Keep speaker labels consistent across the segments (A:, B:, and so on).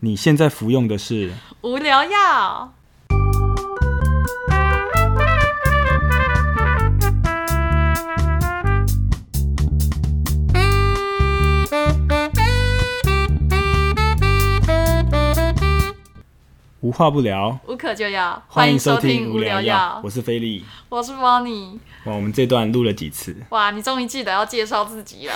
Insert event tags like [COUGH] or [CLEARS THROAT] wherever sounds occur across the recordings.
A: 你现在服用的是
B: 无聊药。
A: 无话不聊。
B: 无可救药，
A: 欢
B: 欢
A: 迎
B: 迎
A: 收
B: 收
A: 听
B: 听
A: 无
B: 无
A: 聊
B: 聊
A: 药
B: 药，
A: 我。是菲利。
B: 我是 Bonnie。
A: 哇，我们这段录了几次？
B: 哇，你终于记得要介绍自己
A: [LAUGHS]
B: 了，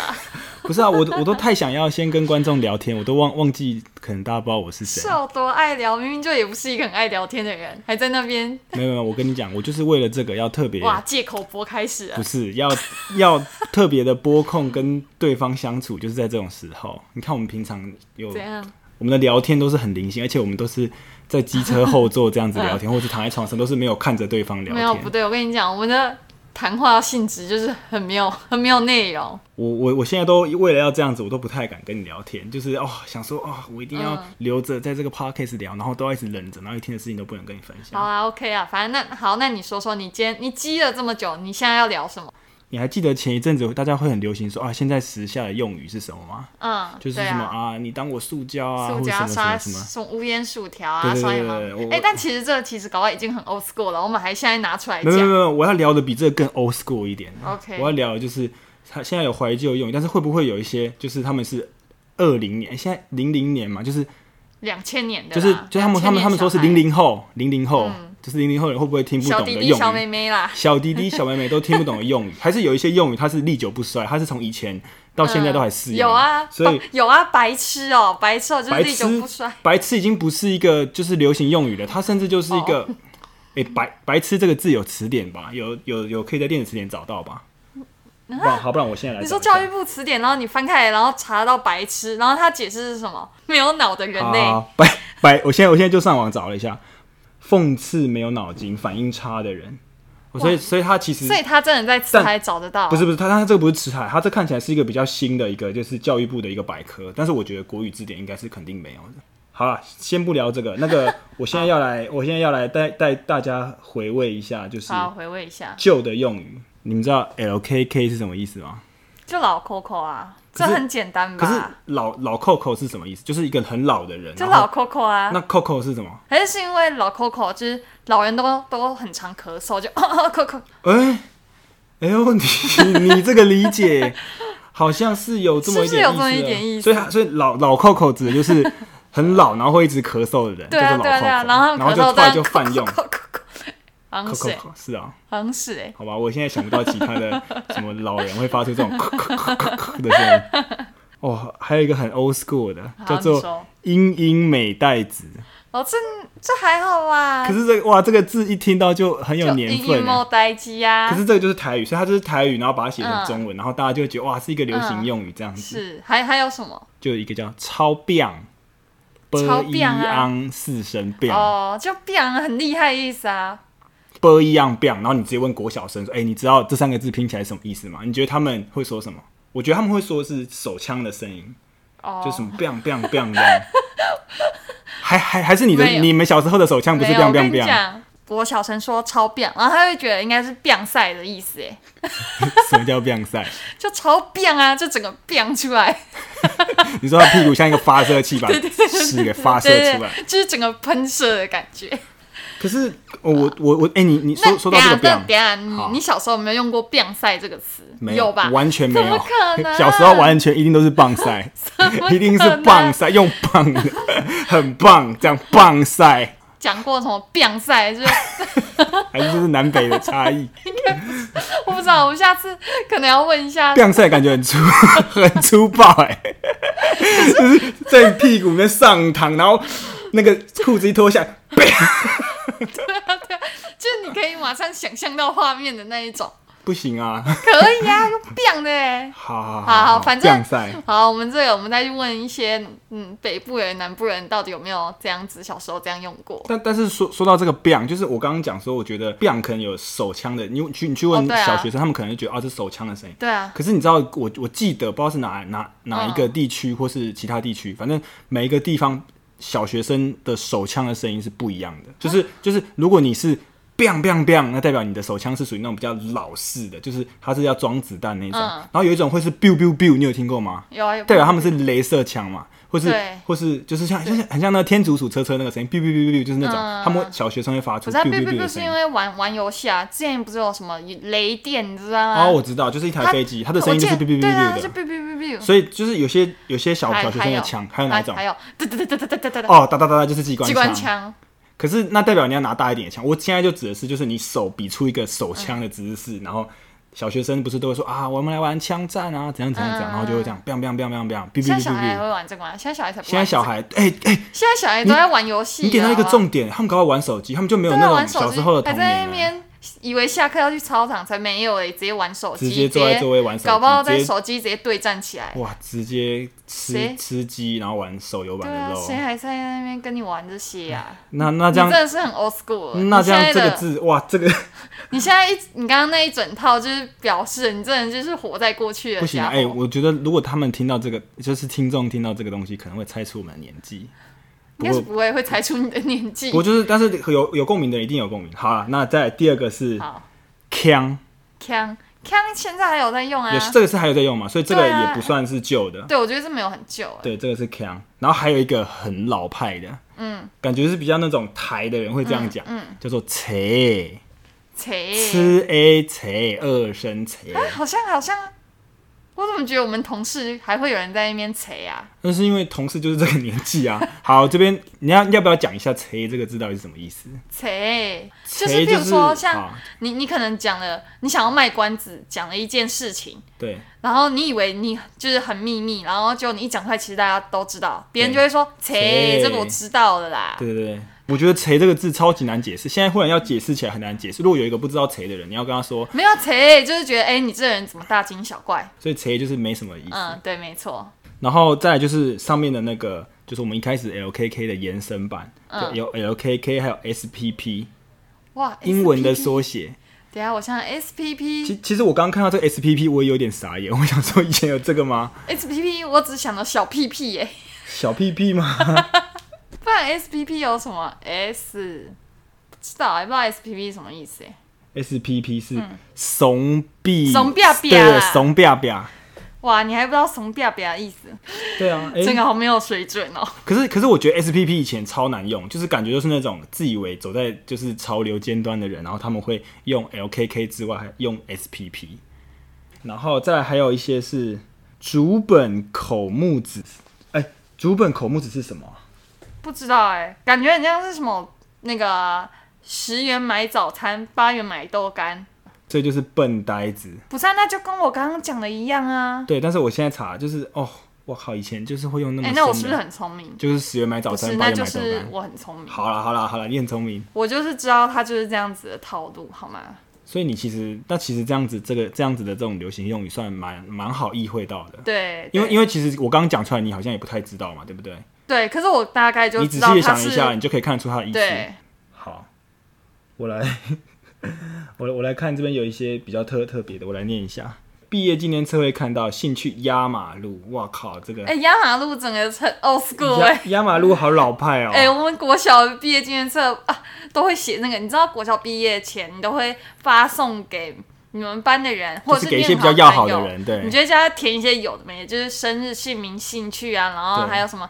A: 不是啊，
B: [LAUGHS]
A: 我我都太想要先跟观众聊天，我都忘忘记，可能大家不知道我是谁
B: 是。有多爱聊？明明就也不是一个很爱聊天的人，还在那边
A: 没有没有，我跟你讲，我就是为了这个要特别，
B: 哇借口播开始了
A: 不。是要 [LAUGHS] 要特别的播控跟对方相处，就是在这种时候。你看我们平常有
B: 怎样？
A: 我们的聊天都是很灵性，而且我们都是在机车后座这样
B: [LAUGHS]
A: 子聊天，或者躺在床上都是没有看着对方聊
B: 嗯没有不
A: 天。
B: 对，我跟你讲，我们的谈话性质就是很没有 [LAUGHS] 很没有内容。
A: 我我我现在都为了要这样子，我都不太敢跟你聊天，就是哦想说哦，我一定
B: 嗯
A: 要留着在这个 podcast 聊，然后都要一直忍着，然后一天的事情都不能跟你分享
B: 好。啦，OK 啊，反正那好，那你说说，你今天你积了这么久，你现在要聊什么？
A: 你还记得前一阵子大家会很流行说啊，现在时下的用语是什么吗？
B: 嗯，
A: 就是
B: 对
A: 什么
B: 啊，
A: 啊你当我塑胶啊，
B: 塑
A: 或者什么
B: 胶
A: 什么
B: 刷
A: 什么。
B: 什么无烟薯条啊，
A: 对对
B: 刷
A: 对
B: 眼盲
A: 对对我
B: 哎、但其实这其实搞到已经很 old school 了，我们还现在拿出来
A: 没有没有
B: 讲。
A: 没有，我要聊的比这个更 old school 一点。
B: OK
A: 我要聊的就是它现在有怀旧用语，但是会不会有一些就是他们是二零年，哎现在零零年嘛，就是
B: 两千年的
A: 就
B: 啦，
A: 是就他们他们他们说是零
B: 零
A: 零后，零零后、就是零零后人会不会听不
B: 小
A: 懂
B: 弟
A: 的
B: 弟
A: 用
B: 小
A: 语
B: 妹？妹啦，
A: 小弟弟、小妹妹都听不懂的用语，还是有一些用语它是历久不衰，它是从以前到现在都还适用、
B: [LAUGHS] 有啊，
A: 所以
B: 哦有啊，白痴哦、白痴哦、就是
A: 白
B: 历久
A: 痴
B: 不衰。
A: 白痴已经不是一个就是流行用语了，它甚至就是一
B: 哦
A: 个，哎、白白痴这个字有词典吧？有有有，可以在电子词典找到吧？不然好，不然我现在来
B: 啊你
A: 找
B: 说
A: 一下。
B: 教育部词典，然后你翻开来，然后查到白痴，然后它解释是什么？没有脑的人类。
A: 啊，白白，我现在我现在就上网找了一下，讽刺没有脑筋、反应差的人，所以所以他其实
B: 所以他真的在词
A: 但
B: 海找得到啊、
A: 不是不是，他他这个不是词海，他这看起来是一个比较新的一个，就是教育部的一个百科，但是我觉得国语字典应该是肯定没有的。好了，先不聊这个，那
B: [LAUGHS]
A: 个我现在要来，我现在要来带带大家回味一下，就是
B: 好，回味一下，
A: 旧的用语。你们知道 LKK 是什么意思吗？
B: 就老 Coco 啊，
A: 可
B: 这
A: 是
B: 很简单
A: 可是
B: 吧？
A: 老老 Coco 是什么意思？就是一个很老的人。
B: 就
A: 然后
B: 老 Coco 啊，
A: 那 Coco 是什么？
B: 还是是因为老 Coco 就是老人都都很常咳嗽，就 [LAUGHS]
A: [LAUGHS]
B: 哦 Coco
A: 哎、哎呦，你你这个理解好像是有这么一点意思
B: 是不是有这么一点意思
A: 所以他所以老老 Coco 指的就是很老，然后会一直咳嗽的人，
B: 对啊
A: 叫做
B: 对啊对啊，
A: 老 Coco，
B: 然后他们咳
A: 就
B: 嗽
A: 后
B: 这
A: 来
B: 样
A: 就泛用
B: [LAUGHS] Coco Coco，好像是
A: Coco
B: 欸
A: 是啊，
B: 好像是哎，
A: 好吧，我现在想不到其他的什么老人会发出这种咳咳咳咳咳的声音。哦，还有一个很 old school 的，
B: 好
A: 叫
B: 你
A: 做
B: 说
A: 英英美代子。
B: 哦这这还好吧？
A: 可是这个哇，这个字一听到就很有
B: 就
A: 年
B: 英
A: 份
B: 英
A: 欸。
B: 莫呆鸡啊
A: 可，是这个就是台语，所以它就是台语，然后把它写成
B: 嗯
A: 中文，然后大家就会觉得哇，是一个流行用语这样子。
B: 是还还有什么？
A: 就有一个叫超棒，
B: 超
A: 一
B: 棒啊
A: 昂四声棒，
B: 哦，就 b i 很厉害的意思啊，
A: 波啊一昂棒，然后你直接问国小生说：“哎、你知道这三个字拼起来是什么意思吗？”你觉得他们会说什么？我觉得他们会说是手枪的声音，
B: 哦，
A: 就什么 bang bang bang 这样。还还还是你的
B: 没有
A: 你们小时候的手枪不是
B: 没有，
A: bang
B: 我跟
A: bang
B: 你
A: bang
B: 讲，我小陈说超变，然后他会觉得应该是变赛的意思，哎，
A: 什么叫 bang 赛？
B: 就超变啊，就整个变出来，
A: 你说他屁股像一个发射
B: [LAUGHS]
A: 器把屎给发射
B: 对
A: 出来。
B: 对，就是整个喷射的感觉。
A: 可是哦我我我哎、你你
B: 那
A: 说说到这个
B: 等一下
A: bang
B: 等。一下，
A: 好
B: 你你小时候有没有用过变赛这个词？
A: 没
B: 有吧？
A: 完全没
B: 怎
A: 有
B: 么可。能
A: 小时候完全一定都是棒
B: [LAUGHS]
A: 赛，一定是棒赛，用棒的， [LAUGHS] 很棒，这样棒赛，
B: 讲过什么变赛？就是
A: 还是就是南北的差
B: [LAUGHS]
A: 异。
B: 我不知道，我们下次可能要问一下。
A: 棒赛感觉很粗， [LAUGHS] 很粗暴哎、
B: [LAUGHS]
A: 就是在屁股那上膛，然后那个裤子一脱下，
B: 就是你可以马上想象到画面的那一种，
A: 不行啊！
B: 可以啊，用变的哎。
A: 好好
B: 好好反正
A: 棒赛
B: 好，我们这个我们再去问一些，嗯，北部人、南部人到底有没有这样子小时候这样用过？
A: 但但是说说到这个 bang，就是我刚刚讲说，我觉得 bang 可能有手枪的，你去你去问
B: 哦对啊
A: 小学生，他们可能就觉得啊，这是手枪的声音。
B: 对啊，
A: 可是你知道，我我记得不知道是哪哪哪
B: 嗯
A: 一个地区或是其他地区，反正每一个
B: 嗯
A: 地方小学生的手枪的声音是不一样的。就是就是，如果你是 biang biang biang，那代表你的手枪是属于那种比较老式的，就是它是要装子弹那种。
B: 嗯
A: 然后有一种会是 biu biu biu，你有听过吗？
B: 有啊，有
A: 代表他们是镭射枪嘛，或是
B: 对
A: 或是就是像就是很像那个天竺鼠车车那个声音，biu biu biu biu，就是那种、
B: 嗯
A: 他们小学生会发出
B: 不是啊
A: biu
B: ，biu
A: biu
B: biu
A: biu
B: biu
A: 的
B: 是
A: 声
B: 因
A: 音。
B: 为玩玩游戏啊，之前不是有什么雷电，你知道吗？
A: 哦，我知道，就是一台
B: 它
A: 飞机，它的声音就是
B: 我
A: biu
B: 记
A: biu
B: 得
A: biu
B: 对啊，
A: biu
B: 就
A: 的。
B: biu biu biu biu。
A: 嗯所以就是有些有些小
B: 还
A: 小学生的枪，还有哪一种
B: 还？有哒哒哒哒哒哒哒哒，
A: 哦，哒哒哒哒就是机关
B: 机关枪，
A: 可是那代表你要拿大一点的枪。我现在就指的是，就是你手比出一个手枪的姿势，
B: 嗯
A: 然后小学生不是都会说啊，我们来玩枪战啊，怎样怎样怎样，
B: 嗯
A: 然后就会这样 biang biang biang biang biang biu biu
B: 现
A: biu
B: 在小
A: biu
B: 孩还
A: biu。
B: 会玩这个吗？现在小孩才不玩
A: 现在小
B: 这个，
A: 孩，哎哎、
B: 现在小孩都在玩游戏啊。
A: 你点到一个
B: 好不好
A: 重点，他们搞快玩手机，他们就没有
B: 对
A: 那
B: 啊，玩
A: 种
B: 手
A: 小
B: 机
A: 时候的
B: 还
A: 童年啊
B: 在那
A: 了。
B: 边以为下课要去操场，才没有诶，直接玩手机，
A: 直接坐在座位玩手机
B: 搞不好在
A: 直接
B: 手机直接对战起来。
A: 哇，直接吃
B: 谁
A: 吃鸡，然后玩手游版
B: 对
A: 的
B: 啊，
A: 肉。
B: 谁还在那边跟你玩这些啊？
A: 那 [LAUGHS] 那
B: 你
A: 这样
B: 真，的是很 old school 了。
A: 那这样
B: 你现
A: 这
B: 在
A: 个
B: 的
A: 字，哇，这个
B: 你现在一你刚刚那一整套就是表示你真的就是活在过去的
A: 不行
B: 家
A: 啊！
B: 伙。
A: 哎、我觉得如果他们听到这个，就是听众听到这个东西，可能会猜出我们的年纪。
B: 嗯应该是不会会猜出你的年纪。
A: 我就是，但是有有共鸣的一定有共鸣。好了，那再来第二个是
B: 好，
A: 枪，
B: 枪枪现在还有在用啊
A: 也。是这个是还有在用嘛，所以这个
B: 对啊
A: 也不算是旧的。
B: 对，我觉得这没有很久啊。
A: 对，这个是枪，然后还有一个很老派的，嗯，感觉是比较那种台的人会这样讲，嗯，叫做“切
B: 切，
A: 吃 a 切二声
B: [LAUGHS]
A: 切
B: 啊”，好像好像，我怎么觉得我们同事还会有人在那边切啊？
A: 那是因为同事就是这个年纪啊。好，这边你要要不要讲一下“切”这个字到底是什么意思？
B: 切，就是
A: 切
B: 比
A: 就
B: 如
A: 是
B: 说像
A: 啊
B: 你，你可能讲了，你想要卖关子，讲了一件事情。
A: 对
B: 然后你以为你就是很秘密，然后就你一讲出来，其实大家都知道，别人就会说：“切，
A: 切
B: 这个我知道了啦。”
A: [LAUGHS] 对对对，我觉得“切”这个字超级难解释，现在忽然要解释起来很难解释。如果有一个不知道“切”的人，你要跟他说，
B: 没有切，就是觉得哎、你这人怎么大惊小怪？
A: 所以“切”就是没什么意思。
B: 嗯，对，没错，
A: 然后再来就是上面的那个，就是我们一开始 LKK 的延伸版，
B: 嗯
A: 有 LKK 还有 SPP，
B: 哇，
A: 英文的
B: SPP
A: 缩写。
B: 等一下，我想想 SPP
A: 其其实我刚刚看到这个 SPP，我也有点傻眼，我想说以前有这个吗？
B: SPP，我只想到小屁屁耶、
A: 小屁屁
B: [LAUGHS]
A: 吗？
B: 不然 SPP 有什么 S？不知道、哎不知道 SPP 是什么意思耶、
A: SPP 是怂逼，
B: 嗯怂逼逼啊
A: 对，怂逼逼，
B: 哇，你还不知道怂嗲嗲的意思，
A: 对啊，哎、
B: 这个好没有水准哦、
A: 可是可是我觉得 SPP 以前超难用，就是感觉就是那种自以为走在就是潮流尖端的人，然后他们会用 LKK 之外还用 SPP，然后再来还有一些是竹本口木子，哎、竹本口木子是什么啊？
B: 不知道哎、感觉很像是什么那个十元买早餐，八元买豆干。
A: 这就是笨呆子。
B: 不是、啊，那就跟我刚刚讲的一样啊。
A: 对，但是我现在查就是哦，我靠，以前就是会用那么
B: 哎、
A: 深的，
B: 那我是不是很聪明？
A: 就是十元买
B: 不
A: 早
B: 是，
A: 餐，
B: 那
A: 八元
B: 就
A: 买早
B: 是
A: 餐？
B: 我很聪明。
A: 好了好了好了，你很聪明，
B: 我就是知道他就是这样子的套路，好吗？
A: 所以你其实那其实这样子这个这样子的这种流行用语算蛮蛮好意会到的。
B: 对，
A: 因为因
B: 为
A: 为其实我刚刚讲出来，你好像也不太知道嘛，对不对？
B: 对，可是我大概就
A: 你
B: 知
A: 仔
B: 道
A: 细地
B: 他
A: 想一
B: 是
A: 下，你就可以看得出它的意思。
B: 对，
A: 好，我来， [LAUGHS] 我我来看这边有一些比较特特别的，我来念一下。毕业纪念册会看到兴趣压马路，哇靠，这个
B: 哎、压马路整个很 old school 哎、
A: 压压马路好老派哦。
B: [LAUGHS] 哎、我们国小毕业纪念册啊，都会写那个，你知道国小毕业前，你都会发送给你们班的人，或
A: 就
B: 者
A: 是
B: 是
A: 给一些
B: 念
A: 比较要好
B: 朋
A: 的
B: 友
A: 人，对
B: 你，就会叫他填一些有的没的，就是生日、姓名、兴趣啊，然后
A: 对
B: 还有什么，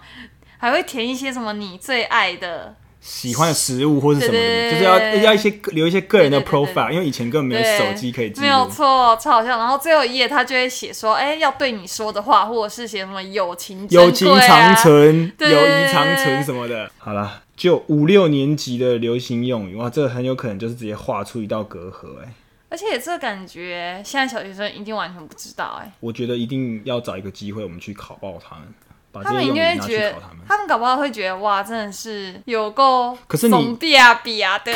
B: 还会填一些什么你最爱的，
A: 喜欢的食物或是什么
B: 对对
A: 的，
B: 对
A: 就是要
B: 对
A: 要一些留一些个人的
B: 对对对对
A: profile，因为以前根本没有
B: 对
A: 手机可以记录。
B: 没有错，超好笑。然后最后一页他就会写说，哎、要对你说的话，或者是写什么友情、
A: [LAUGHS]
B: 啊
A: 友情长，存、
B: 对
A: 友谊长存什么的。好啦，就五六年级的流行用语，哇，这个很有可能就是直接画出一道隔阂、哎，
B: 而且这感觉现在小学生一定完全不知道、哎，
A: 我觉得一定要找一个机会，我们去考爆他们，把这
B: 他们
A: 些
B: 一
A: 用
B: 定
A: 语
B: 会
A: 拿去
B: 觉得
A: 考
B: [LAUGHS]
A: 他们，。
B: 他们搞不好会觉得哇，真的是有够，
A: 可是你
B: 比啊比啊，
A: [LAUGHS]
B: [LAUGHS] 对，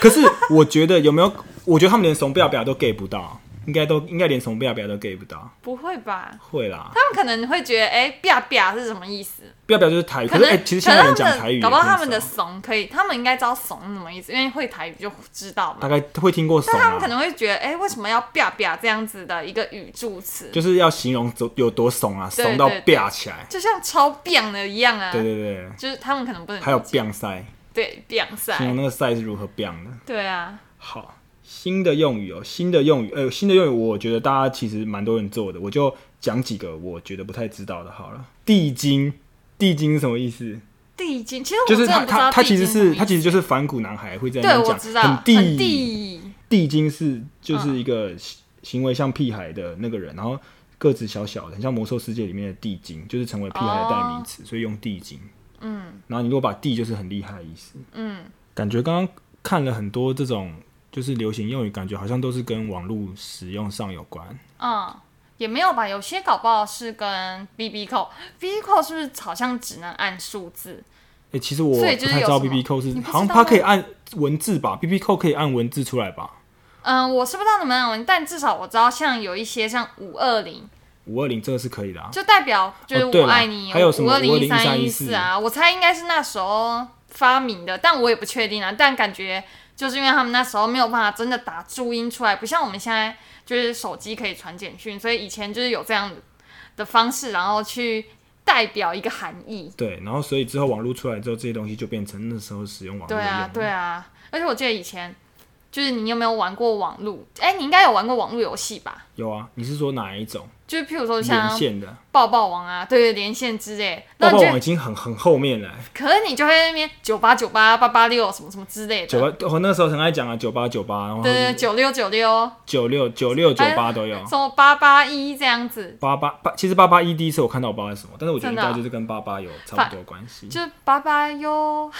A: 可是我觉得有没有？我觉得他们连怂不要不要都 get 不到，应该都应该连怂不要不要都 get 不到。
B: 不会吧？
A: 会啦，
B: 他们可能会觉得，哎、比啊比啊是什么意思？
A: 不要不要就是台语。可
B: 可
A: 是
B: 能
A: 哎、其实现在人讲
B: 可能他
A: 台
B: 们
A: 语也偏
B: 的
A: 少，
B: 搞不好他们的怂可以，他们应该知道怂是什么意思，因为会台语就知道
A: 大
B: 嘛。
A: 概会听过怂、啊。
B: 他们可能会觉得，哎、为什么要“吧吧”这样子的一个语助词，
A: 就
B: 就
A: 是要形容有多怂啊，
B: 对
A: 怂到
B: 对对
A: 啪起来。
B: 像超 b 的一样啊。
A: 对对对，
B: 就是他们可能不能
A: 还有
B: 理解
A: 变塞，
B: 对，晾
A: 形容
B: 晒，
A: 那个赛是如何 biang 的。
B: 对啊，
A: 好，新的用语哦，新的用语，呃，新的用语，我觉得大家其实蛮多人做的，我就讲几个我觉得不太知道的，好了。地精，地精是什么意思？
B: 地精，其实我
A: 就
B: 真
A: 是
B: 的
A: 他
B: 不知道
A: 他他
B: 地
A: 其实
B: 精什么
A: 是
B: 意
A: 他
B: 思
A: 其实就是反骨男孩会在
B: 对
A: 那边
B: 我
A: 讲，
B: 知道
A: 很
B: 很
A: 地
B: 地，
A: 地精是
B: 嗯
A: 就是一个行行为像屁孩的那个人，然后个子小小的，很像魔兽世界里面的地精，就是成为屁孩的代名词，所以用地精。
B: 哦嗯
A: 然后你如果把地就是很厉害的意思，
B: 嗯，
A: 感觉刚刚看了很多这种就是流行用语，感觉好像都是跟网络使用上有关。
B: 嗯，也没有吧，有些搞不好是跟 B B 扣，B B 扣是不是好像只能按数字？
A: 诶，其实我
B: 所以
A: 不
B: 就是
A: 太知
B: 有
A: 道
B: 什
A: B
B: 么
A: B 扣是
B: 你不知道
A: 好像
B: 吗
A: 它可以按文字吧，B B 扣可以按文字出来吧？
B: 嗯，我是不知道能不能，但至少我知道，像有一些像五二零，
A: 五二零这个是可以的啊。
B: 就代表就是
A: 哦对
B: 我
A: 啦
B: 爱你，
A: 还有什
B: 五
A: 么
B: 二零
A: 520
B: 一三一
A: 1314
B: 四啊，我猜应该是那时候发明的，但我也不确定啊，但感觉就是因为他们那时候没有办法真的打注音出来，不像我们现在就是手机可以传简讯，所以以前就是有这样的方式，然后去代表一个含义。
A: 对，然后所以之后网络出来之后，这些东西就变成那时候使用网络
B: 对
A: 的用
B: 啊
A: 语，
B: 对啊，而且我记得以前就是你有没有玩过网路？哎、你应该有玩过网路游戏吧？
A: 有啊，你是说哪一种
B: 就是譬如说
A: 连
B: 像
A: 线的？
B: 抱抱王啊，对对，连线之类，那
A: 抱
B: 你
A: 抱
B: 就
A: 网已经很很后面了、
B: 可是你就会在那边九八九八八八六什么什么之类
A: 九
B: 的，
A: 八我那时候很爱讲啊，九八九八，然后
B: 对对九六九六，
A: 九六九六九八都有。
B: 什么八八一这样子，
A: 八八八，其实八八一第一次我看到我爸是什么，但是我觉得应
B: 真的啊
A: 该就是跟八八有差不多关系
B: 就是八八哟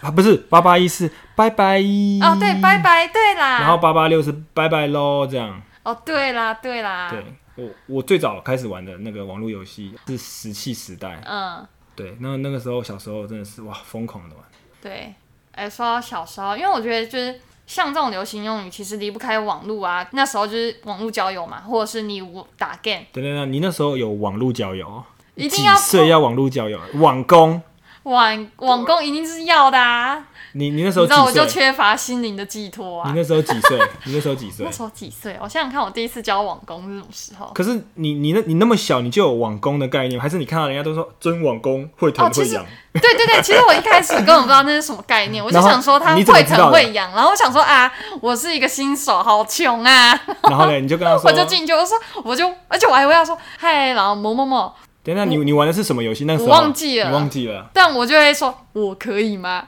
A: 啊，不是八八一是拜拜
B: 哦，对，拜，拜，对啦，
A: 嗯然后八八六是拜拜喽，这样。
B: 哦，对啦，对啦，
A: 对，我我最早开始玩的那个网络游戏是石器时代，
B: 嗯，
A: 对，那那个时候小时候真的是哇疯狂的玩，
B: 对，哎，说到小时候，因为我觉得就是像这种流行用语，其实离不开网络啊。那时候就是网络交友嘛，或者是你打 game，
A: 等等等，你那时候有网络交友哦？
B: 一定
A: 几
B: 要
A: 岁要网络交友？啊网工？
B: 网网工一定是要的啊。
A: 你你那时
B: 你
A: 候
B: 知道我就
A: 几岁？
B: 缺乏心灵的寄托
A: 你
B: 啊。
A: 那时候几岁？你那时候几岁
B: 那？时候几岁？我想想看，我第一次交网工是什么时候？
A: 可是你你那你那么小，你就有网工的概念，还是你看到人家都说真网工会疼
B: 哦其
A: 会
B: 实
A: 痒？
B: 对对对，其实我一开始根本不知道那是什么概念，我就
A: 然后
B: 想说他
A: 你怎么
B: 会
A: 知道的
B: 疼会痒，然后我想说啊，我是一个新手，好穷啊，
A: 然后呢，你就跟他说，
B: [LAUGHS] 我就进去，我说我就，而且我还会要说嗨，然后某某某，
A: 等一下你你玩的是什么游戏？那时候
B: 嗯我忘记了
A: 你忘记了。
B: 但我就会说我可以吗？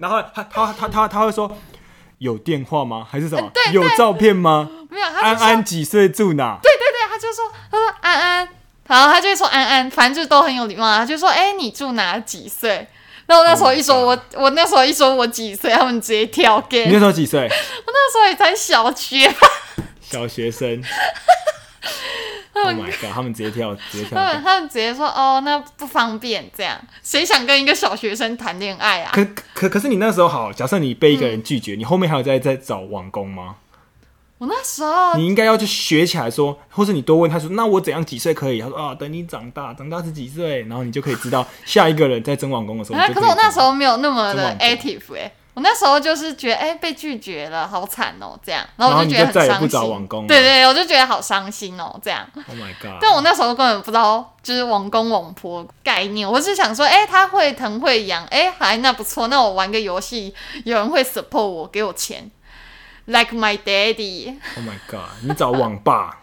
A: 然后他他他他他会说有电话吗？还是什么？
B: 对对
A: 有照片吗？
B: 没有，他
A: 安
B: 就说
A: 安几岁住哪？
B: 对对对，他就说他说安安，然后他就会说安安，反正就是都很有礼貌啊，他就说哎、你住哪几岁？然后我那时候一说我我那时候一说我几岁，他们直接跳 g
A: 哦你那时候几岁？
B: 我那时候也才小学吧，
A: 小学
B: [LAUGHS]
A: 生。Oh my god！他们直接跳，直接跳
B: 他们
A: 过。
B: 他们直接说哦那不方便这样，谁想跟一个小学生谈恋爱啊？
A: 可可可是你那时候好，假设你被一个人拒绝，你后面还有在在找网工吗？
B: 我那时候
A: 你应该要去学起来说，或是你多问他说，那我怎样几岁可以？他说啊，等你长大，长大是几岁，然后你就可以知道下一个人在征网工的时候。
B: 啊，
A: 你
B: 可
A: 就可
B: 是
A: 以
B: 我那时候没有那么
A: 真
B: 的
A: 忘记
B: active 哎、我那时候就是觉得哎、被拒绝了，好惨哦、这样，然
A: 然
B: 后我
A: 后
B: 就
A: 你
B: 觉得
A: 就再
B: 很
A: 也
B: 伤
A: 不
B: 心。
A: 找网工了
B: 对对对，我就觉得好伤心哦、这样。
A: ，Oh my god！
B: 但我那时候根本不知道就是网工网婆概念，我是想说，哎、他会疼会痒，哎、还那不错，那我玩个游戏，有人会 support 我，给我钱，like my daddy， [LAUGHS]
A: Oh my god！你找网吧？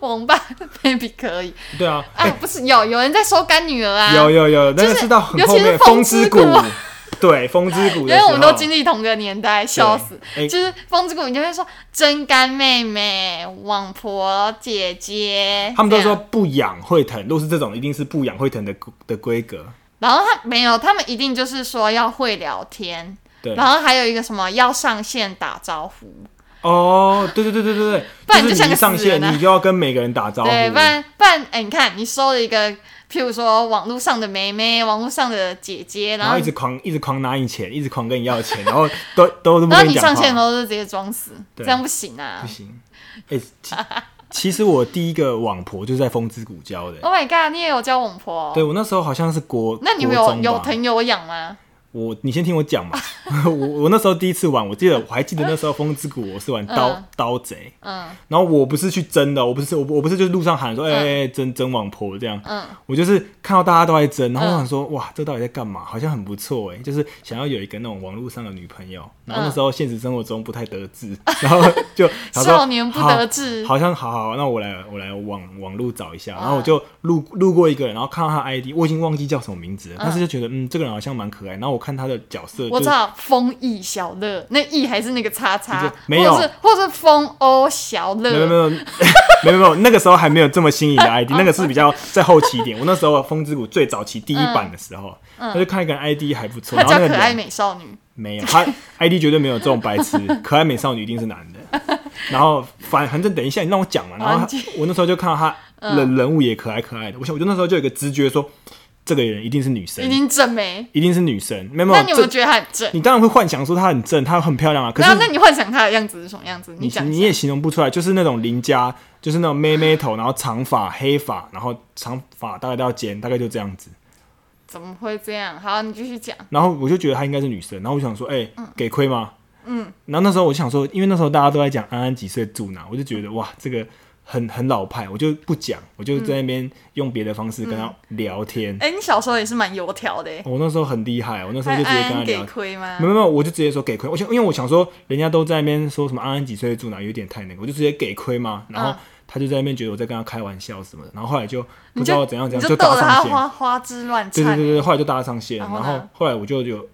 B: 网吧 [LAUGHS] maybe 可以，
A: 对啊，
B: 哎、不是有有人在收干女儿啊，
A: 有有有，那
B: 就
A: 个
B: 是
A: 是到很后
B: 尤其
A: 面
B: 是风之
A: 之
B: 谷
A: 谷，对，风之谷
B: [LAUGHS] 因
A: 的
B: 为
A: 时候，
B: 我们都经历同个年代，笑死。
A: 哎
B: 就是风之谷，你就会说真干妹妹、网婆姐姐，
A: 他们都
B: 这
A: 说
B: 样。
A: 不痒会疼，如果是这种，一定是不痒会疼的的规格。
B: 然后他没有，他们一定就是说要会聊天，
A: 对，
B: 然后还有一个什么要上线打招呼，
A: 哦，对对对对对对，
B: 不然你
A: 就
B: 就
A: 你
B: 是像个
A: 一上
B: 死人
A: 线，
B: 啊
A: 你就要跟每个人打招呼。
B: 对，不然不然，哎，你看你收了一个，譬如说网络上的妹妹、网络上的姐姐，
A: 然
B: 后
A: 后一直狂一直狂拿你钱，一直狂跟你要钱， [LAUGHS] 然后都都都不
B: 然
A: 跟
B: 后哦你
A: 讲
B: 上线的时
A: 话，
B: 候就直接装死，
A: 对
B: 这样不行啊
A: 不行。哎，其其实我第一个网婆就是在风之谷教的。
B: ！Oh my god，你也有交网婆？
A: 对，我那时候好像是国，
B: 哦那你们
A: 国
B: 有
A: 中
B: 有
A: 吧
B: 疼有痒吗？
A: 我你先听我讲嘛， [LAUGHS] 我我那时候第一次玩，我记得我还记得那时候《风之谷》我是玩刀、
B: 嗯
A: 刀贼，
B: 嗯
A: 然后我不是去争的，我不是我不我不是就是路上喊说哎、哎争争王婆这样，
B: 嗯，
A: 我就是看到大家都在争，然后我想说、哇这到底在干嘛？好像很不错哎，就是想要有一个那种网络上的女朋友，然
B: 嗯
A: 后那时候现实生活中不太得志， [LAUGHS] 然后
B: [LAUGHS]
A: 就想说
B: 少年不得志嗯
A: 好好像好好，那我来我来网网络找一下，然后我就路路过一个人，然后看到他的 ID，我已经忘记叫什么名字了，但是就觉得嗯这个人好像蛮可爱，然后我看他的角色就
B: 我知
A: 是
B: 道风翼小乐，那翼还是那个叉叉，
A: 没有
B: 或者是或者是风欧小
A: 没有没
B: 乐，
A: 有没有没有，那 [LAUGHS] 个时候还没有这么新
B: [LAUGHS]
A: 颖的 ID，那个是比较在后期一点。我那时候《风之谷》最早期第一版的时候，他就看一个人 ID 还不错，
B: 她
A: 然后
B: 嗯叫
A: 那
B: 可
A: 个
B: 爱
A: 人
B: 美少女，
A: 没有，
B: [LAUGHS]
A: 他 ID 绝对没有这种白痴，可爱美少女一定是男
B: [LAUGHS]
A: 的。然后反反正等一下你让我讲嘛，然后
B: 忘
A: 他
B: 记
A: 我那时候就看到他
B: 嗯
A: 人人物也可爱可爱的，我想我就那时候就有一个直觉说，这个人一定是女生
B: 已，经正没？
A: 一定是女生，没有没
B: 那你有没
A: 有
B: 有
A: 这。
B: 觉得她很正？
A: 你当然会幻想说她很正，她很漂亮啊。可
B: 然
A: 是
B: 后那你幻想她的样子是什么样子？
A: 你
B: 讲
A: 你
B: 一
A: 也
B: 下。
A: 形容不出来，就是那种邻家，就是那种妹妹头，然后长发、黑发，然后长发大概到肩，大概就这样子。
B: 怎么会这样？好，你继续讲。
A: 然后我就觉得她应该是女生，然后我想说，哎、给亏吗？嗯。然后那时候我就想说，因为那时候大家都在讲安安几岁住哪，我就觉得哇，这个很很老派，我就不讲，我就在那边用别的方式跟她聊天。
B: 哎、你小时候也是蛮油条的、欸，
A: 我那时候很厉害，我那时候就直接
B: 安
A: 跟她
B: 安
A: 聊
B: 给亏吗
A: 没？有没有，我就直接说给亏。我想，因为我想说，人家都在那边说什么安安几岁住哪，有点太那个，我就直接给亏嘛。然后
B: 嗯
A: 他就在那边觉得我在跟他开玩笑什么的，然后后来就不
B: 你
A: 知道怎样怎
B: 你
A: 样
B: 就
A: 搭
B: 逗得她
A: 上线。
B: 花花枝乱
A: 对
B: 颤、
A: 对对
B: 欸。
A: 对，后来就搭上线，
B: 然
A: 然
B: 后呢
A: 后后来我就有，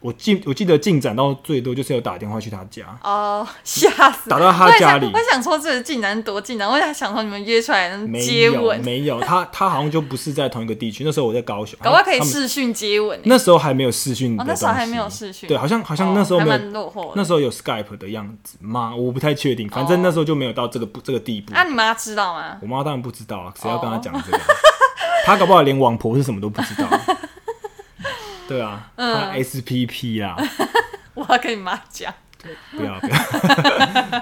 A: 我记我记得进展到最多就是有打电话去他家，
B: 哦，吓死！
A: 打到她
B: 我也
A: 家
B: 想
A: 里
B: 我想说这竟然多竟然，我想说你们约出来能
A: 没
B: 接
A: 有
B: 吻，
A: 没有，他他好像就不是在同一个地区。那时候我在高雄，
B: 搞不好可以
A: 他们
B: 视讯接吻、欸。
A: 那时候还没有视讯的
B: 哦
A: 东西，
B: 那时候还没有视讯
A: 对，好像好像那时候
B: 哦还
A: 没有
B: 蛮落后的。
A: 那时候有 Skype 的样子吗？我不太确定，
B: 哦
A: 反正那时候就没有到这个这个地步。
B: 那、啊你妈知道吗？ [LAUGHS]
A: 我妈当然不知道
B: 哦
A: 啊，谁要跟她讲这个？ [LAUGHS] 她搞不好连网婆是什么都不知
B: [LAUGHS]
A: 道。对啊，
B: 嗯
A: 她 SPP 啦，
B: 我要跟你妈讲。
A: 啊不要不 [LAUGHS] 要，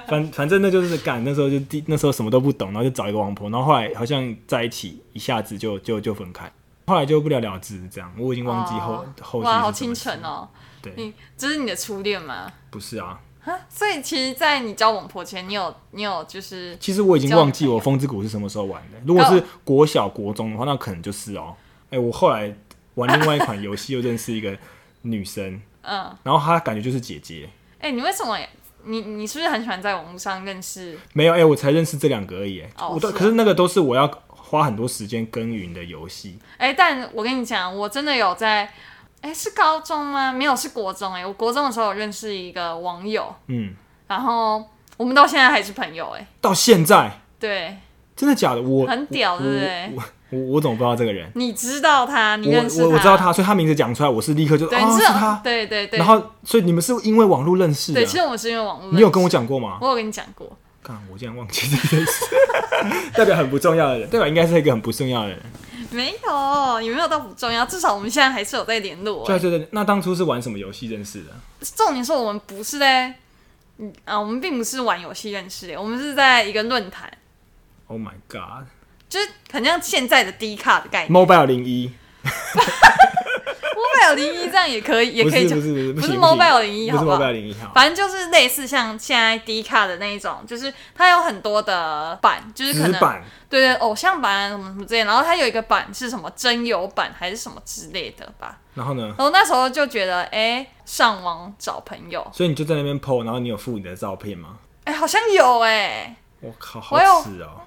A: 反反正那就是干，那时候就第那时候什么都不懂，然后就找一个网婆，然后后来好像在一起，一下子就就就分开，后来就不了了之，这样我已经忘记后、
B: 哦
A: 后续
B: 哇，
A: 是
B: 好
A: 怎么
B: 清纯哦！
A: 对，
B: 你这是你的初恋吗？
A: 不是啊，
B: 啊，所以其实，在你交往婆前，你有你有就是
A: 其实我已经
B: 交女
A: 忘记
B: 朋
A: 我
B: 友
A: 风之谷是什么时候玩的。如果
B: 哦
A: 是国小、国中的话，那可能就是哦、哎、我后来玩另外一款游戏，又认识一个女生，
B: 嗯，
A: 然后她感觉就是姐姐。
B: 哎、你为什么你你是不是很喜欢在网络上认识？
A: 没有哎、我才认识这两个而已、哎
B: 哦
A: 我都、
B: 是啊
A: 可是那个都是我要花很多时间耕耘的游戏。
B: 哎、但我跟你讲，我真的有在，哎、是高中吗？没有，是国中、哎，我国中的时候有认识一个网友，
A: 嗯，
B: 然后我们到现在还是朋友、哎，
A: 到现在
B: 对，
A: 真的假的？我
B: 很屌，对不对？
A: 我我我怎么不知道这个人？
B: 你知道他，你
A: 我
B: 认识他，
A: 我我知道，他，所以他名字讲出来，我是立刻就
B: 对，
A: 哦
B: 你
A: 是
B: 知道，
A: 他。
B: 对对对
A: 然，后，所以你们是因为网络认识的
B: 对，其。实我们是因为网络，
A: 你有跟我，讲过吗？
B: 我有跟你讲过，
A: 看，我竟然忘记这件事， [LAUGHS] 代表很不重要的人，代表应该是一个很不重要的人。
B: 没有，也没有到不重要，至少我们现在还是有在联络、
A: 对
B: 哎
A: 对对，那当初是玩什么游戏认识的？
B: 重点是我们不是在，嗯啊，我们并不是玩游戏认识的，我们是在一个论坛，
A: Oh my god，Mobile
B: 就是很像现在的 D 卡的概念。
A: 零一
B: Mobile 零一这样也可以，
A: [LAUGHS]
B: 也
A: 不
B: 可以
A: 是
B: 讲
A: 不，是不是
B: 不
A: 行
B: 是
A: 不行
B: Mobile 零一
A: 不
B: 好
A: 是
B: 不好
A: Mobile 零一好，
B: 反正就是类似像现在 D 卡的那一种，就是它有很多的版，就是可
A: 纸
B: 能
A: 板
B: 对对偶像版什么什么之类的，然后它有一个版是什么真有版还是什么之类的吧。
A: 然后呢？
B: 然后那时候就觉得，哎，上网找朋友，
A: 所以你就在那边 PO，然后你有附你的照片吗？
B: 哎，好像有哎、
A: 我靠，好
B: 我有
A: 耻哦、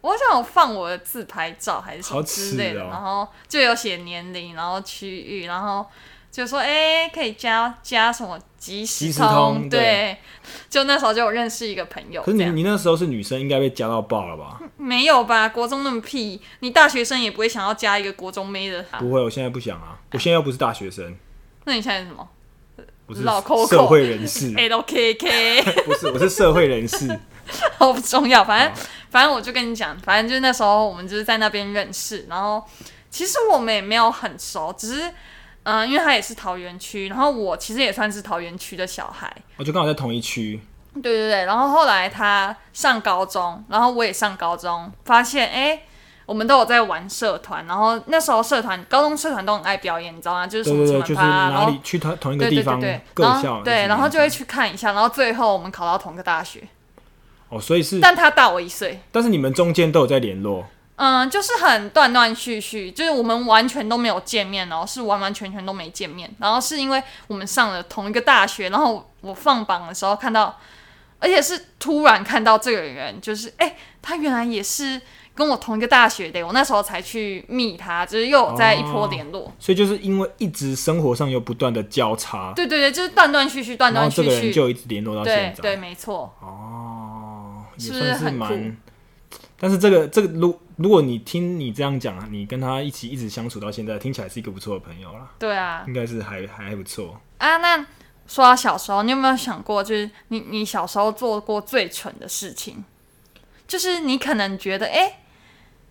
B: 我好像有放我的自拍照还是什么之类的，
A: 好耻哦
B: 然后就有写年龄，然后区域，然后就说哎、可以加加什么即时
A: 即时通
B: 对，
A: 对
B: 就那时候就有认识一个朋友，
A: 可是
B: 这
A: 你
B: 样
A: 你那时候是女生，应该被加到爆了吧？
B: 没有吧？国中那么屁，你大学生也不会想要加一个国中妹的，啊
A: 不会，我现在不想啊，我现在又不是大学生，
B: 那你现在是什么
A: 我是
B: 老抠抠
A: 社会人士，
B: [LAUGHS] ？L K K，
A: 不是，我是社会人士。
B: [LAUGHS] 好不重要，反正反正我就跟你讲，反正就是那时候我们就是在那边认识，然后其实我们也没有很熟，只是嗯、呃因为他也是桃园区，然后我其实也算是桃园区的小孩，
A: 我就刚好在同一区，
B: 对对对，然后后来他上高中，然后我也上高中，发现哎、诶我们都有在玩社团，然后那时候社团高中社团都很爱表演，你知道吗？就是什
A: 对对
B: 么什
A: 对，
B: 么
A: 就是
B: 趴啊，然
A: 哪
B: 后
A: 里去同同一个
B: 对
A: 地
B: 对
A: 方
B: 对对，
A: 各
B: 然
A: 校
B: 后对，然后就
A: 会
B: 会去看一下，然后最后我们考到同个大学，
A: 哦，所以是，
B: 但他大我一岁，
A: 但是你们中间都有在联络，
B: 嗯，就是很断断续续，就是我们完全都没有见面哦，是完完全全都没见面。然后是因为我们上了同一个大学，然后我放榜的时候看到，而且是突然看到这个人，就是哎、他原来也是跟我同一个大学的，我那时候才去密他，就是又有在一
A: 哦
B: 波联络。
A: 所以就是因为一直生活上有不断的交叉，
B: 对对对，就是断断续续，断
A: 然后
B: 断
A: 这
B: 续
A: 个人
B: 续。
A: 就一直联络到
B: 对
A: 现在，
B: 对，没错。
A: 哦，也
B: 是不
A: 算
B: 是
A: 是
B: 很
A: 蛮。但是这个这个，如如果你听你这样讲，啊你跟他一起一直相处到现在，听起来是一个不错的朋友啦，
B: 对啊，
A: 应该是还还不错。
B: 啊，那说到小时候，你有没有想过，就是你你小时候做过最蠢的事情？就是你可能觉得，哎、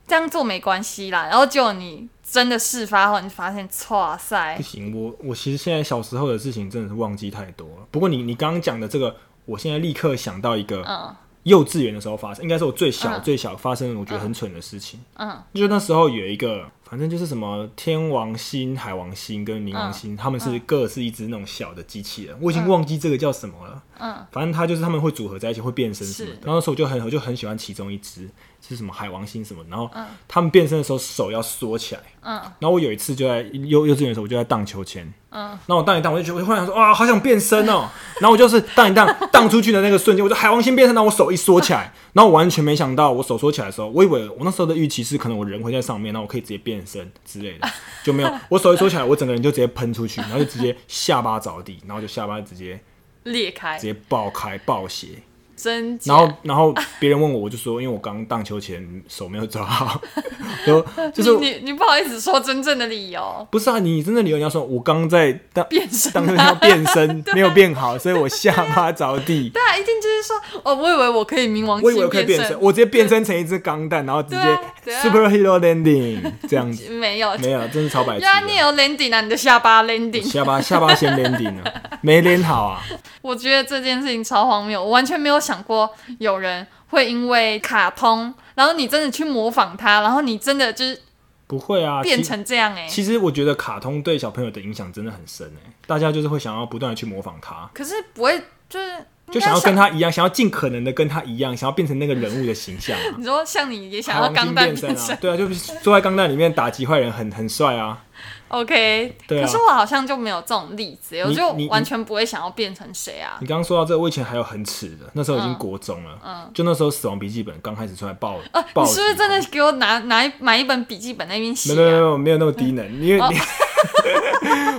B: 这样做没关系啦，然后结果你真的事发后，你发现，哇塞
A: 不，行，我我其实现在小时候的事情真的是忘记太多了。不过你你刚刚讲的这个，我现在立刻想到一个
B: 嗯
A: 幼稚园的时候发生，应该是我最小、
B: 嗯
A: 最小发生的我觉得很蠢的事情。
B: 嗯
A: 就那时候有一个，反正就是什么天王星、海王星跟冥王
B: 嗯
A: 星，他们是各是一只那种小的机器人，我已经忘记这个叫什么了。
B: 嗯，
A: 反正它就是他们会组合在一起，会变身什么的
B: 是。
A: 然后那时候我就很我就很喜欢其中一只是什么海王星什么的，然后他们变身的时候手要缩起来。
B: 嗯，
A: 然后我有一次就在幼幼稚园的时候，我就在荡秋千。嗯，然后我荡一荡，我就觉得我忽然想说哇，好想变身哦。 [LAUGHS] 然后我就是荡一荡，荡出去的那个瞬间，我就海王星变身，然后我手一缩起来，然后我完全没想到，我手缩起来的时候，我以为我那时候的预期是可能我人会在上面，然后我可以直接变身之类的，就没有。我手一缩起来，我整个人就直接喷出去，然后就直接下巴着地，然后就下巴直接
B: 裂开
A: 直，接爆开爆血。
B: 真假
A: 然后，然后别人问我，我就说，因为我刚荡秋千，手没有抓好， [LAUGHS] 就就是
B: 你你你不好意思说真正的理由，
A: 不是啊？你真的理由你要说，我刚在荡
B: 变身
A: 荡秋
B: 啊
A: 千要变
B: [LAUGHS]
A: 身，没有变好，所以我下巴着地。
B: 对啊，一定就是说，哦，我以为我可以冥王
A: 我以为
B: 星
A: 我可以变身，
B: 身，
A: 我直接变身成一只钢弹，然后直接
B: 对啊对啊
A: superhero landing 这样
B: [LAUGHS]
A: 子，
B: 没有，
A: 没有，真是超白痴
B: 对啊，你也
A: 的。
B: 有 landing 啊，你的下巴 landing，
A: 下巴下巴先 landing
B: [LAUGHS]
A: 了，没 land 好啊。
B: 我觉得这件事情超荒谬，我完全没有想过有人会因为卡通，然后你真的去模仿它，然后你真的就是
A: 不会啊，
B: 变
A: 其
B: 成这样哎、
A: 其实我觉得卡通对小朋友的影响真的很深诶、大家就是会想要不断的去模仿他。
B: 可是不会就是
A: 就
B: 应该
A: 想要
B: 像
A: 跟他一样，想要尽可能的跟他一样，想要变成那个人物的形象、啊。
B: 你说像你也 [LAUGHS] 想
A: 海
B: 要
A: 王
B: 钢
A: 星
B: 弹
A: 变
B: 变身
A: 啊，对啊，就是坐在钢弹里面打击坏人很，很帅啊。
B: ，OK，、
A: 对啊
B: 可是我好像就没有这种例子欸，我
A: 你
B: 就
A: 你
B: 完全不会想要变成谁啊，
A: 你刚刚说到这个，我以前还有很耻的，那时候已
B: 嗯
A: 经国中了，就那时候《死亡笔记本》刚开始出来爆，
B: 呃，
A: 爆
B: 你是不是
A: 红
B: 真的给我拿拿一买一本笔记本在那边写
A: 啊没有没有
B: 啊？哦
A: 没有没有那么低能，因为你、 [LAUGHS]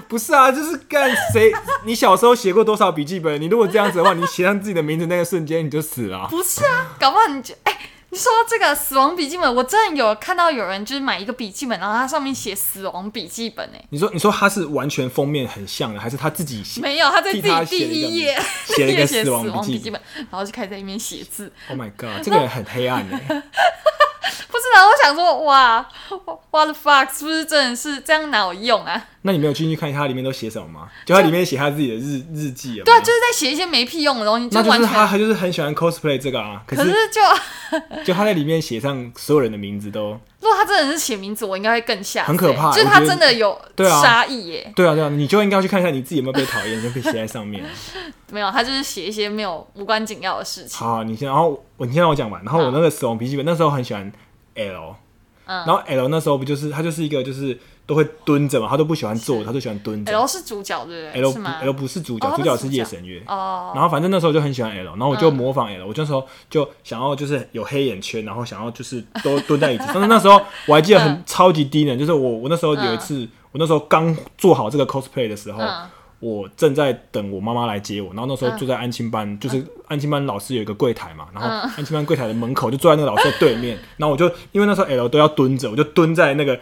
A: 不是啊，就是干谁？你小时候写过多少笔记本？你如果这样子的话，你写上自己的名字那个瞬间你就死了啊、
B: 不是啊，搞不好你就哎、你说这个死亡笔记本，我真的有看到有人就是买一个笔记本，然后它上面写死亡笔记本哎、
A: 你说你说他是完全封面很像的，还是他自己写
B: 没有，他在自
A: 替他
B: 己
A: 写
B: 第
A: 了一个
B: 一页
A: 写了一
B: 第一页
A: 个
B: [LAUGHS] 写
A: 死
B: 死
A: 亡
B: 亡
A: 笔
B: 笔
A: 记
B: 记
A: 本
B: 本，然后就开始在那边写字。
A: ？Oh my god，这个人很黑暗哎、
B: 不是啊，我想说，哇，what the fuck，是不是真的是这样哪有用啊？
A: 那你没有进去看它里面都写什么吗？就它里面写他自己的日日记啊。
B: 对啊，就是在写一些没屁用的东西，
A: 那就
B: 完
A: 是
B: 全。
A: 他，他就是很喜欢 cosplay 这个啊。可
B: 可
A: 是
B: 是就，
A: 就他在里面写上所有人的名字都，
B: 如果他真的是写名字，我应该会更吓死欸。
A: 很可怕
B: 就是
A: 我
B: 他
A: 觉得
B: 真的有
A: 对啊
B: 杀意耶，
A: 对啊对啊，你就应该要去看一下你自己有没有被讨厌，你就可以写在上面。啊
B: 没有，他就是写一些没有无关紧要的事情。
A: 好，你先，然后我你先让我讲完。然后我
B: 好
A: 那个死亡笔记本那时候很喜欢 L，
B: 嗯
A: 然后 L 那时候不就是他就是一个就是都会蹲着嘛，他都不喜欢坐，
B: 是
A: 他都喜欢蹲着。
B: L 是主角对
A: L
B: 不对？
A: 不
B: 是吗
A: L 不是主
B: 哦
A: 角，
B: 他
A: 主
B: 不
A: 角
B: 是
A: 是
B: 主
A: 夜
B: 角
A: 神月。
B: 哦，嗯
A: 然后反正那时候就很喜欢 L，然后我就模仿 L，、我那时候就想要就是有黑眼圈，然后想要就是都蹲在椅子上。但是那时候我还记得很、
B: 嗯
A: 超级低能，就是我我那时候有一次，我那时候刚做好这个 cosplay 的时候，
B: 嗯
A: 我正在等我妈妈来接我，然后那时候坐在安亲班，
B: 嗯
A: 就是安亲班老师有一个柜台嘛，然后安亲班柜台的门口就坐在那个老师的对
B: [LAUGHS]
A: 面，然后我就因为那时候 L 都要蹲着，我就蹲在那个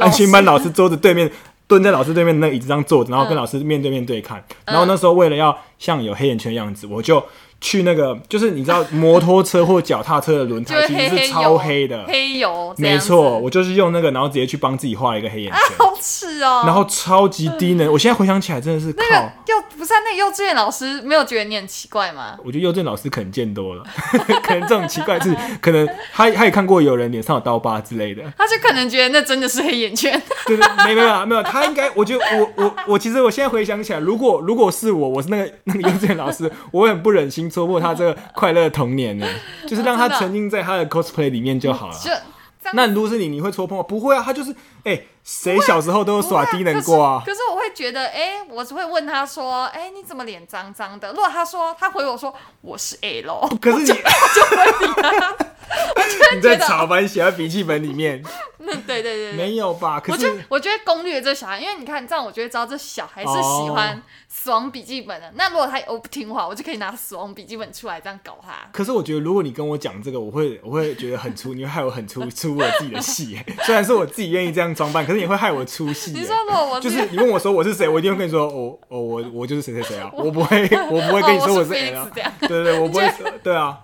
A: 安亲班老师桌子对面。蹲在老师对面的
B: 嗯
A: 那个椅子上坐着，然后跟老师面对面对看。然后那时候为了要像有黑眼圈的样子，我就去那个，就是你知道摩托车或脚踏车的轮
B: 就会
A: 胎其
B: 黑
A: 实
B: 黑
A: 是超
B: 油
A: 黑的，
B: [LAUGHS] 黑油这
A: 没
B: 样子，
A: 错，我就是用那个，然后直接去帮自己画了一个黑眼圈，
B: [LAUGHS] 好耻 [LAUGHS] 哦、
A: 然后超级低能。我现在回想起来真的是靠，
B: 又不是、啊、那个幼稚园老师没有觉得你很奇怪吗？
A: 我觉得幼稚老师可能见多了， [LAUGHS] 可能这种奇怪的事，可能他他也看过有人脸上有刀疤之类的。
B: 他就可能觉得那真的是黑眼圈， [LAUGHS]
A: 对对，没没有啊没有，他应该，我觉得我我我其实我现在回想起来，如果如果是我，我是那个那个幼稚园老师， [LAUGHS] 我会很不忍心戳破他这个快乐的童年呢，就是让他
B: 真的啊
A: 沉浸在他的 cosplay 里面就好了。
B: 就哦这样
A: 那如果是你，你会戳破吗？不会啊，他就是哎，谁、小时候都有耍低能过啊？
B: 可是可是我会觉得，哎、我只会问他说，哎、你怎么脸脏脏的？如果他说他回我说我是 L，我 [LAUGHS]
A: [LAUGHS] 可是你
B: 就会
A: [LAUGHS] 你
B: 觉
A: 在
B: 得，
A: 草板写在笔记本里面
B: 嗯，对对对对。
A: 没有吧？可
B: 我就是我就会攻略这小孩，因为你看这样，我就会知道这小孩是喜欢死亡笔记
A: 哦
B: 本的。那如果他有不听话，我就可以拿死亡笔记本出来这样搞他。
A: 可是我觉得如果你跟我讲这个，我会我会觉得很出，你会害我很 [LAUGHS] 出出我自己的戏 [LAUGHS] 耶。虽然是我自己愿意这样装扮，可是你会害我出戏耶。
B: 你说如果我
A: [LAUGHS]
B: [LAUGHS]
A: 就是你问我说我是谁，我一定会跟你说，我我我我就是谁谁谁啊，我不会我不会跟你说
B: [LAUGHS] 哦我
A: 是 L，
B: Felix 这样，
A: 对对对，我不会说，对啊，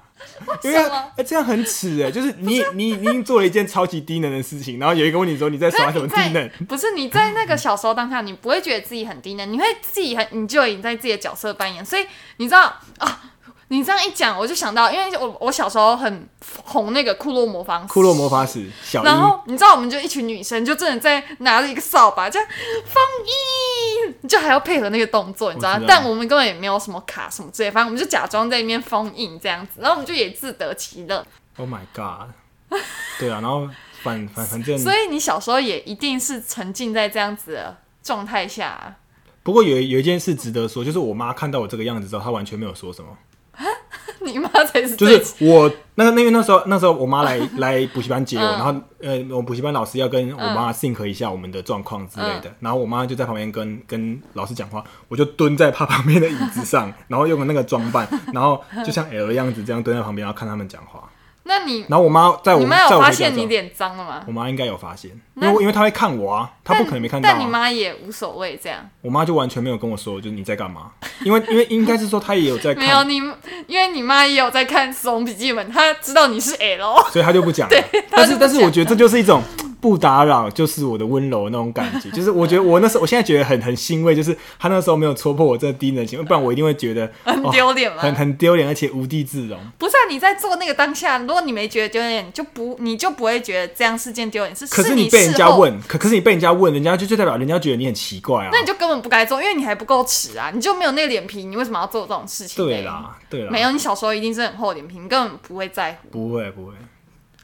A: 因为
B: 什么
A: 哎、这样很耻哎，就是你你你已经做了一件超级低能的事情，然后有一个问你说你在
B: 可
A: 耍
B: 是
A: 什么
B: 你 [LAUGHS]
A: 低能
B: 在，不是你在那个小时候当下，你不会觉得自己很低能，你会自己很你就已经在自己的角色扮演，所以你知道啊。你这样一讲，我就想到，因为我我小时候很红那个库洛魔方石，
A: 骷髅魔法使小
B: 然
A: 樱
B: 后你知道，我们就一群女生，就真的在拿着一个扫把，这样放一，你就还要配合那个动作，你知道吗？
A: 我知道
B: 但我们根本也没有什么卡什么之类，反正我们就假装在那边封印这样子，然后我们就也自得其乐。
A: ，Oh my God，对啊，然后反反反正
B: 所以你小时候也一定是沉浸在这样子的状态下啊、
A: [LAUGHS] 不过有有一件事值得说，就是我妈看到我这个样子之后，她完全没有说什么。
B: 你妈才是
A: 就
B: 最
A: 是我嗯那个那因为那时候那时候我妈 [LAUGHS] 来来补习班接我，然
B: 嗯
A: 后呃我补习班老师要跟我妈 think 一下我们的状况之类的，然后我妈就在旁边跟跟老师讲话，我就蹲在她旁边的椅子上， [LAUGHS] 然后用那个装扮，然后就像 L 的样子这样蹲在旁边，然后看他们讲话。
B: 那你
A: 然后我妈在我
B: 你妈
A: 在
B: 有
A: 我
B: 发
A: 回家
B: 现
A: 之
B: 你
A: 后，
B: 脸脏了吗？
A: 我妈应该有发现，因
B: 那
A: 为我因为她会看我啊，她不可能没看到、啊
B: 但你妈也无所谓这样，
A: 我妈就完全没有跟我说，就是你在干嘛？因为因为应该是说她也有在 [LAUGHS]
B: 没有
A: 看，
B: 你，因为你妈也有在看《死亡笔记本》，她知道你是 L，
A: 所以她就不讲了。
B: 她
A: 但
B: 就是不
A: 但是
B: 讲
A: 我觉得这就是一种 [CLEARS THROAT] 不打扰，就是我的温柔的那种感觉。就是我觉得我那时候，我现在觉得很很欣慰，就是她那时候没有戳破我这低能的行为，不然我一定会觉得哦
B: 很丢脸啊吗？
A: 很很丢脸，而且无地自容。
B: 不是啊，你在做那个当下，如果你没觉得丢脸，你就不你就不会觉得这样是件丢脸事。
A: 可是
B: 是
A: 你被人家
B: 事后，
A: 问，可可是你被人家问，人家就就代表人家觉得你很奇怪啊
B: 那。你就根本不该做，因为你还不够耻啊，你就没有那个脸皮，你为什么要做这种事情？
A: 对，啦，对啦，
B: 没有，你小时候一定是很厚脸皮，你根本不会在乎
A: 不会不会，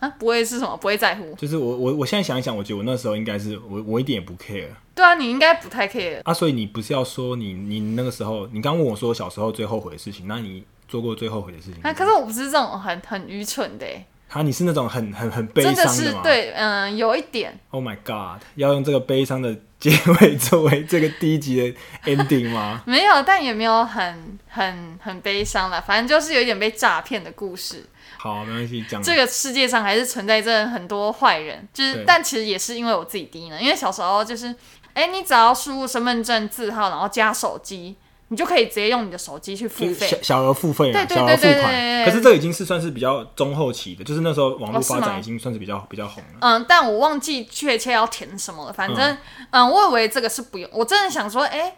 B: 啊，不会是什么，不会在乎。
A: 就是我我我现在想一想，我觉得我那时候应该是我我一点也不 care。
B: 对啊，你应该不太 care。
A: 啊，所以你不是要说你你那个时候，你刚问我说小时候最后悔的事情，那你做过最后悔的事情是
B: 啊，
A: 什
B: 可
A: 么？
B: 是我不是这种很很愚蠢的欸，
A: 啊，你是那种很很很悲
B: 真
A: 伤
B: 的
A: 吗
B: 是对，嗯，有一点，
A: ，Oh my God，要用这个悲伤的结尾作为这个第一集的 ending 吗？ [LAUGHS]
B: 没有，但也没有很很很悲伤啦，反正就是有一点被诈骗的故事。
A: 好，没关系，讲
B: 这个世界上还是存在着很多坏人，就是
A: 对
B: 但其实也是因为我自己低能，因为小时候就是，哎，你只要输入身份证字号，然后加手机，你就可以直接用你的手机去
A: 就
B: 付
A: 是
B: 费
A: 小。小额付费
B: 对
A: 啊，
B: 对
A: 小
B: 对
A: 额付
B: 对对对
A: 款。可是这已经是算是比较中后期的，就是那时候网络
B: 哦是
A: 发
B: 吗
A: 展已经算是比较比较红了。
B: 嗯，但我忘记确切要填什么了。反正，嗯我以为这个是不用，我真的想说，哎、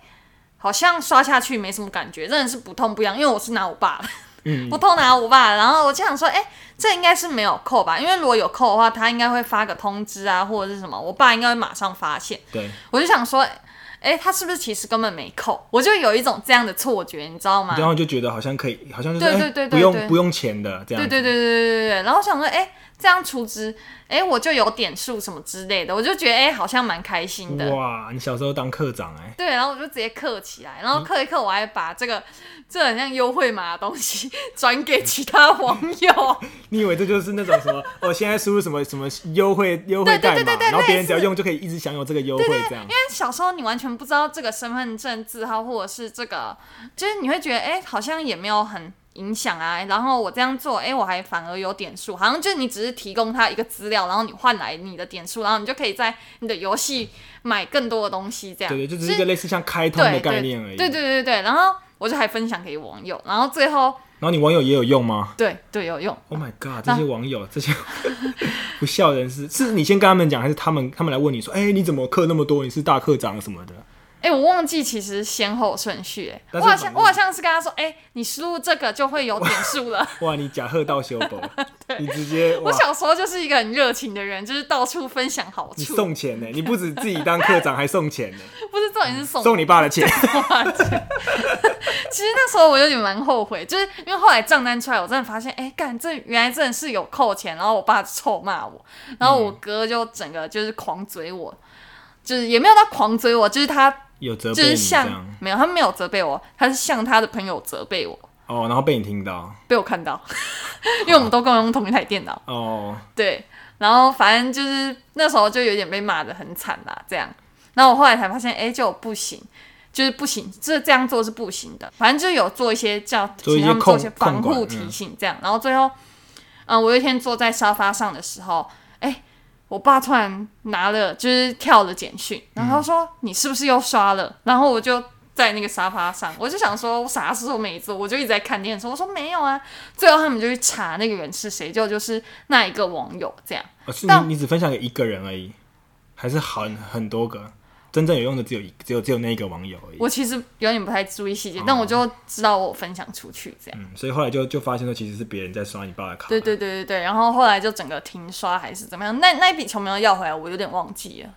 B: 好像刷下去没什么感觉，真的是不痛不痒，因为我是拿我爸的，
A: 嗯
B: 我偷拿我爸的，然后我就想说，哎、这应该是没有扣吧？因为如果有扣的话，他应该会发个通知啊，或者是什么，我爸应该会马上发现。
A: 对，
B: 我就想说，哎、他是不是其实根本没扣？我就有一种这样的错觉，你知道吗？
A: 然后就觉得好像可以，好像就是
B: 啊对
A: 哎
B: 对对对
A: 不
B: 对
A: 用不用钱的这样
B: 对
A: 子。
B: 对对对对对对。然后我想说，哎、这样出资，哎、我就有点数什么之类的，我就觉得哎、好像蛮开心的。
A: 哇，你小时候当课长哎、
B: 对，然后我就直接刻起来，然后刻一刻，我还把这个这很像优惠码的东西 [LAUGHS] 转给其他网友。
A: 你以为这就是那种什么？哦，现在输入什么什么优惠优惠
B: 对
A: 代
B: 对对
A: 码
B: 对对，
A: 然后别
B: 类
A: 人
B: 似
A: 只要用就可以一直享有这个优惠这样
B: 因。为小时候你完全不知道这个身份证字号，或者是这个，就是你会觉得哎、好像也没有很影响啊。然后我这样做，哎、我还反而有点数，好像就是你只是提供他一个资料，然后你换来你的点数，然后你就可以在你的游戏买更多的东西，这样。
A: 对对，就只是一个类似像开通
B: 对
A: 的概念而已。
B: 对对对对对，然后我就还分享给网友，然后最后。
A: 后你网友也有用吗
B: 对对，有用。
A: ？Oh my god！这些网友，
B: [LAUGHS]
A: 这些不孝人士，是你先跟他们讲，还是他们他们来问你说，哎、你怎么课那么多？你是大课长什么的？
B: 哎、我忘记其实先后顺序、哎，
A: 但
B: 我
A: 是
B: 好
A: 反
B: 像
A: 正
B: 我好像是跟他说，哎、你输入这个就会有点数了。
A: 哇，你假贺到修
B: [LAUGHS]
A: 博，你直接哇
B: 我，小时候就是一个很热情的人，就是到处分享好
A: 你
B: 处，
A: 送钱呢、你不止自己当课长，还送钱呢、
B: 不是重点是送
A: 嗯送你爸的
B: [LAUGHS]
A: 钱。
B: 其实那时候我有点蛮后悔，就是因为后来账单出来，我真的发现，哎、干这原来真的是有扣钱，然后我爸臭骂我，然后我哥就整个就是狂追我，就是也没有到狂追我，就是他
A: 有责
B: 就
A: 备
B: 是
A: 你这
B: 向
A: 样
B: 没有他没有责备我，他是向他的朋友责备我，
A: 哦，然后被你听到
B: 被我看到，因为我们都共用同一台电脑，
A: 哦，
B: 对，然后反正就是那时候就有点被骂的很惨啦，这样。然后我后来才发现，哎、就不行，就是不行，这这样做是不行的。反正就有做一些叫
A: 做一些
B: 请他们
A: 控
B: 做一些防
A: 控
B: 护
A: 管
B: 提
A: 嗯
B: 醒这样。然后最后，嗯，我有一天坐在沙发上的时候，哎、我爸突然拿了就是跳了简讯，然
A: 嗯
B: 后他说、你是不是又刷了？然后我就。在那个沙发上，我就想说，我啥事都没做，我就一直在看电视。我说没有啊，最后他们就去查那个人是谁，就就是那一个网友这样。
A: 哦是你
B: 但
A: 你只分享给一个人而已，还是很很多个？真正有用的只有一只有只有那一个网友而已。
B: 我其实有点不太注意细
A: 哦
B: 节，但我就知道我分享出去这样。
A: 嗯，所以后来就就发现说其实是别人在刷你爸的卡。
B: 对对对对对，
A: 嗯
B: 然后后来就整个停刷还是怎么样？那那一笔钱没有要回来，我有点忘记了。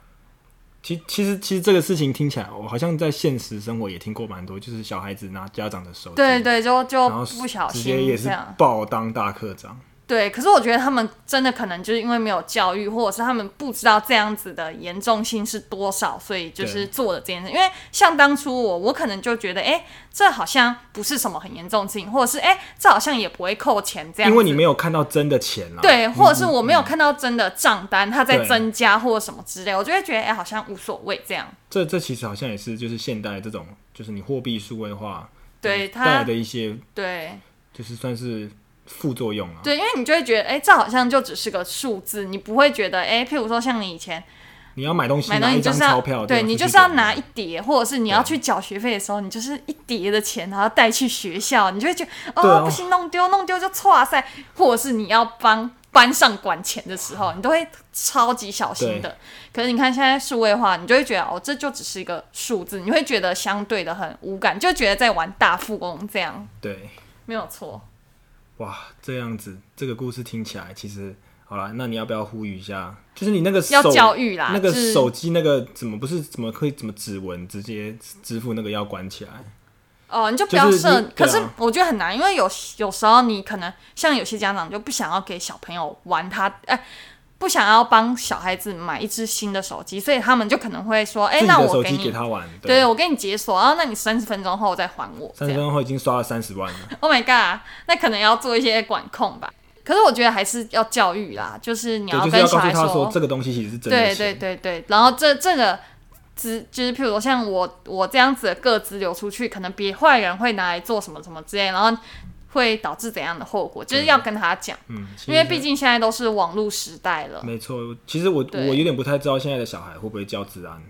A: 其其实其实这个事情听起来，我好像在现实生活也听过蛮多，就是小孩子拿家长的手机，
B: 对对，就就
A: 然后
B: 不小
A: 直接也
B: 心
A: 是
B: 这样。
A: 爆当大课长。
B: 对，可是我觉得他们真的可能就是因为没有教育，或者是他们不知道这样子的严重性是多少，所以就是
A: 对
B: 做了这件事。因为像当初我，我可能就觉得，哎、这好像不是什么很严重的事情，或者是哎、诶这好像也不会扣钱这样子。
A: 因为你没有看到真的钱啊啦。
B: 对，
A: 你
B: 或者是我没有看到真的账单，它在
A: 对
B: 增加或者什么之类，我就会觉得哎、好像无所谓这样。
A: 这这其实好像也是就是现代这种就是你货币数位化
B: 对
A: 带来
B: 它
A: 的，一些
B: 对
A: 就是算是副作用啊。
B: 对，因为你就会觉得，哎、这好像就只是个数字，你不会觉得，哎、譬如说像你以前
A: 你要买东西
B: 买东
A: 拿
B: 西
A: 一
B: 就
A: 张
B: 是
A: 钞
B: 要，
A: 票，
B: 对
A: 吧
B: 你就是
A: 去
B: 要
A: 给
B: 拿一叠，或者是
A: 啊
B: 你要去缴学费的时候，你就是一叠的钱，然后带去学校，你就会觉得，
A: 对
B: 哦，
A: 啊
B: 不行，弄丢，弄丢就错啊塞，或者是你要帮。班上管钱的时候，你都会超级小心的。可是你看现在数位化，你就会觉得哦，这就只是一个数字，你会觉得相对的很无感，就觉得在玩大富翁这样，
A: 对，
B: 没有错。
A: 哇，这样子这个故事听起来其实好啦，那你要不要呼吁一下？就是你那个手
B: 要教育啦，
A: 那个
B: 就是
A: 手机那个怎么不是怎么可以怎么指纹直接支付那个要关起来？
B: 哦，你就不
A: 就
B: 要
A: 是
B: 设
A: 你。
B: 可
A: 对啊
B: 是我觉得很难，因为有有时候你可能像有些家长就不想要给小朋友玩他，哎、不想要帮小孩子买一只新的手机，所以他们就可能会说，哎、
A: 自己
B: 那
A: 的
B: 我
A: 手
B: 给
A: 机
B: 你，
A: 给他玩，
B: 对，我给你解锁，然后那你三十分钟后再还我，这
A: 三十
B: 样。
A: 分钟后已经刷了三十万了，
B: Oh my god，那可能要做一些管控吧。可是我觉得还是要教育啦，就是你
A: 对，就是
B: 跟
A: 要
B: 小
A: 告诉
B: 孩
A: 他说这个东西其实是真的
B: 对对
A: 钱，
B: 对对，然后这这个资就是，譬如说像我我这样子的个资流出去，可能别坏人会拿来做什么什么之类，然后会导致怎样的后果，就是要跟他讲，
A: 嗯，其
B: 因为
A: 实
B: 毕竟现在都是网络时代了。
A: 没错，其实我我
B: 对
A: 有点不太知道现在的小孩会不会教治安，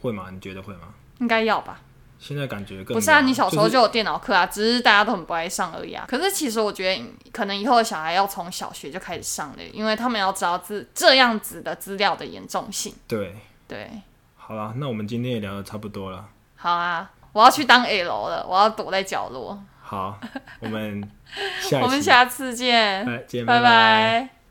A: 会吗？你觉得会吗？
B: 应该要吧？
A: 现在感觉更
B: 不是啊，
A: 没有
B: 你小时候
A: 就是
B: 就有电脑课啊，只是大家都很不爱上而已啊。可是其实我觉得，可能以后的小孩要从小学就开始上了，因为他们要知道这这样子的资料的严重性。
A: 对，
B: 对，
A: 好啦，那我们今天也聊的差不多了。
B: 好啊，我要去当 L 了，我要躲在角落。
A: [LAUGHS] 好，我们下一期，
B: 我们下次见，
A: 哎见
B: 拜
A: 拜拜
B: 拜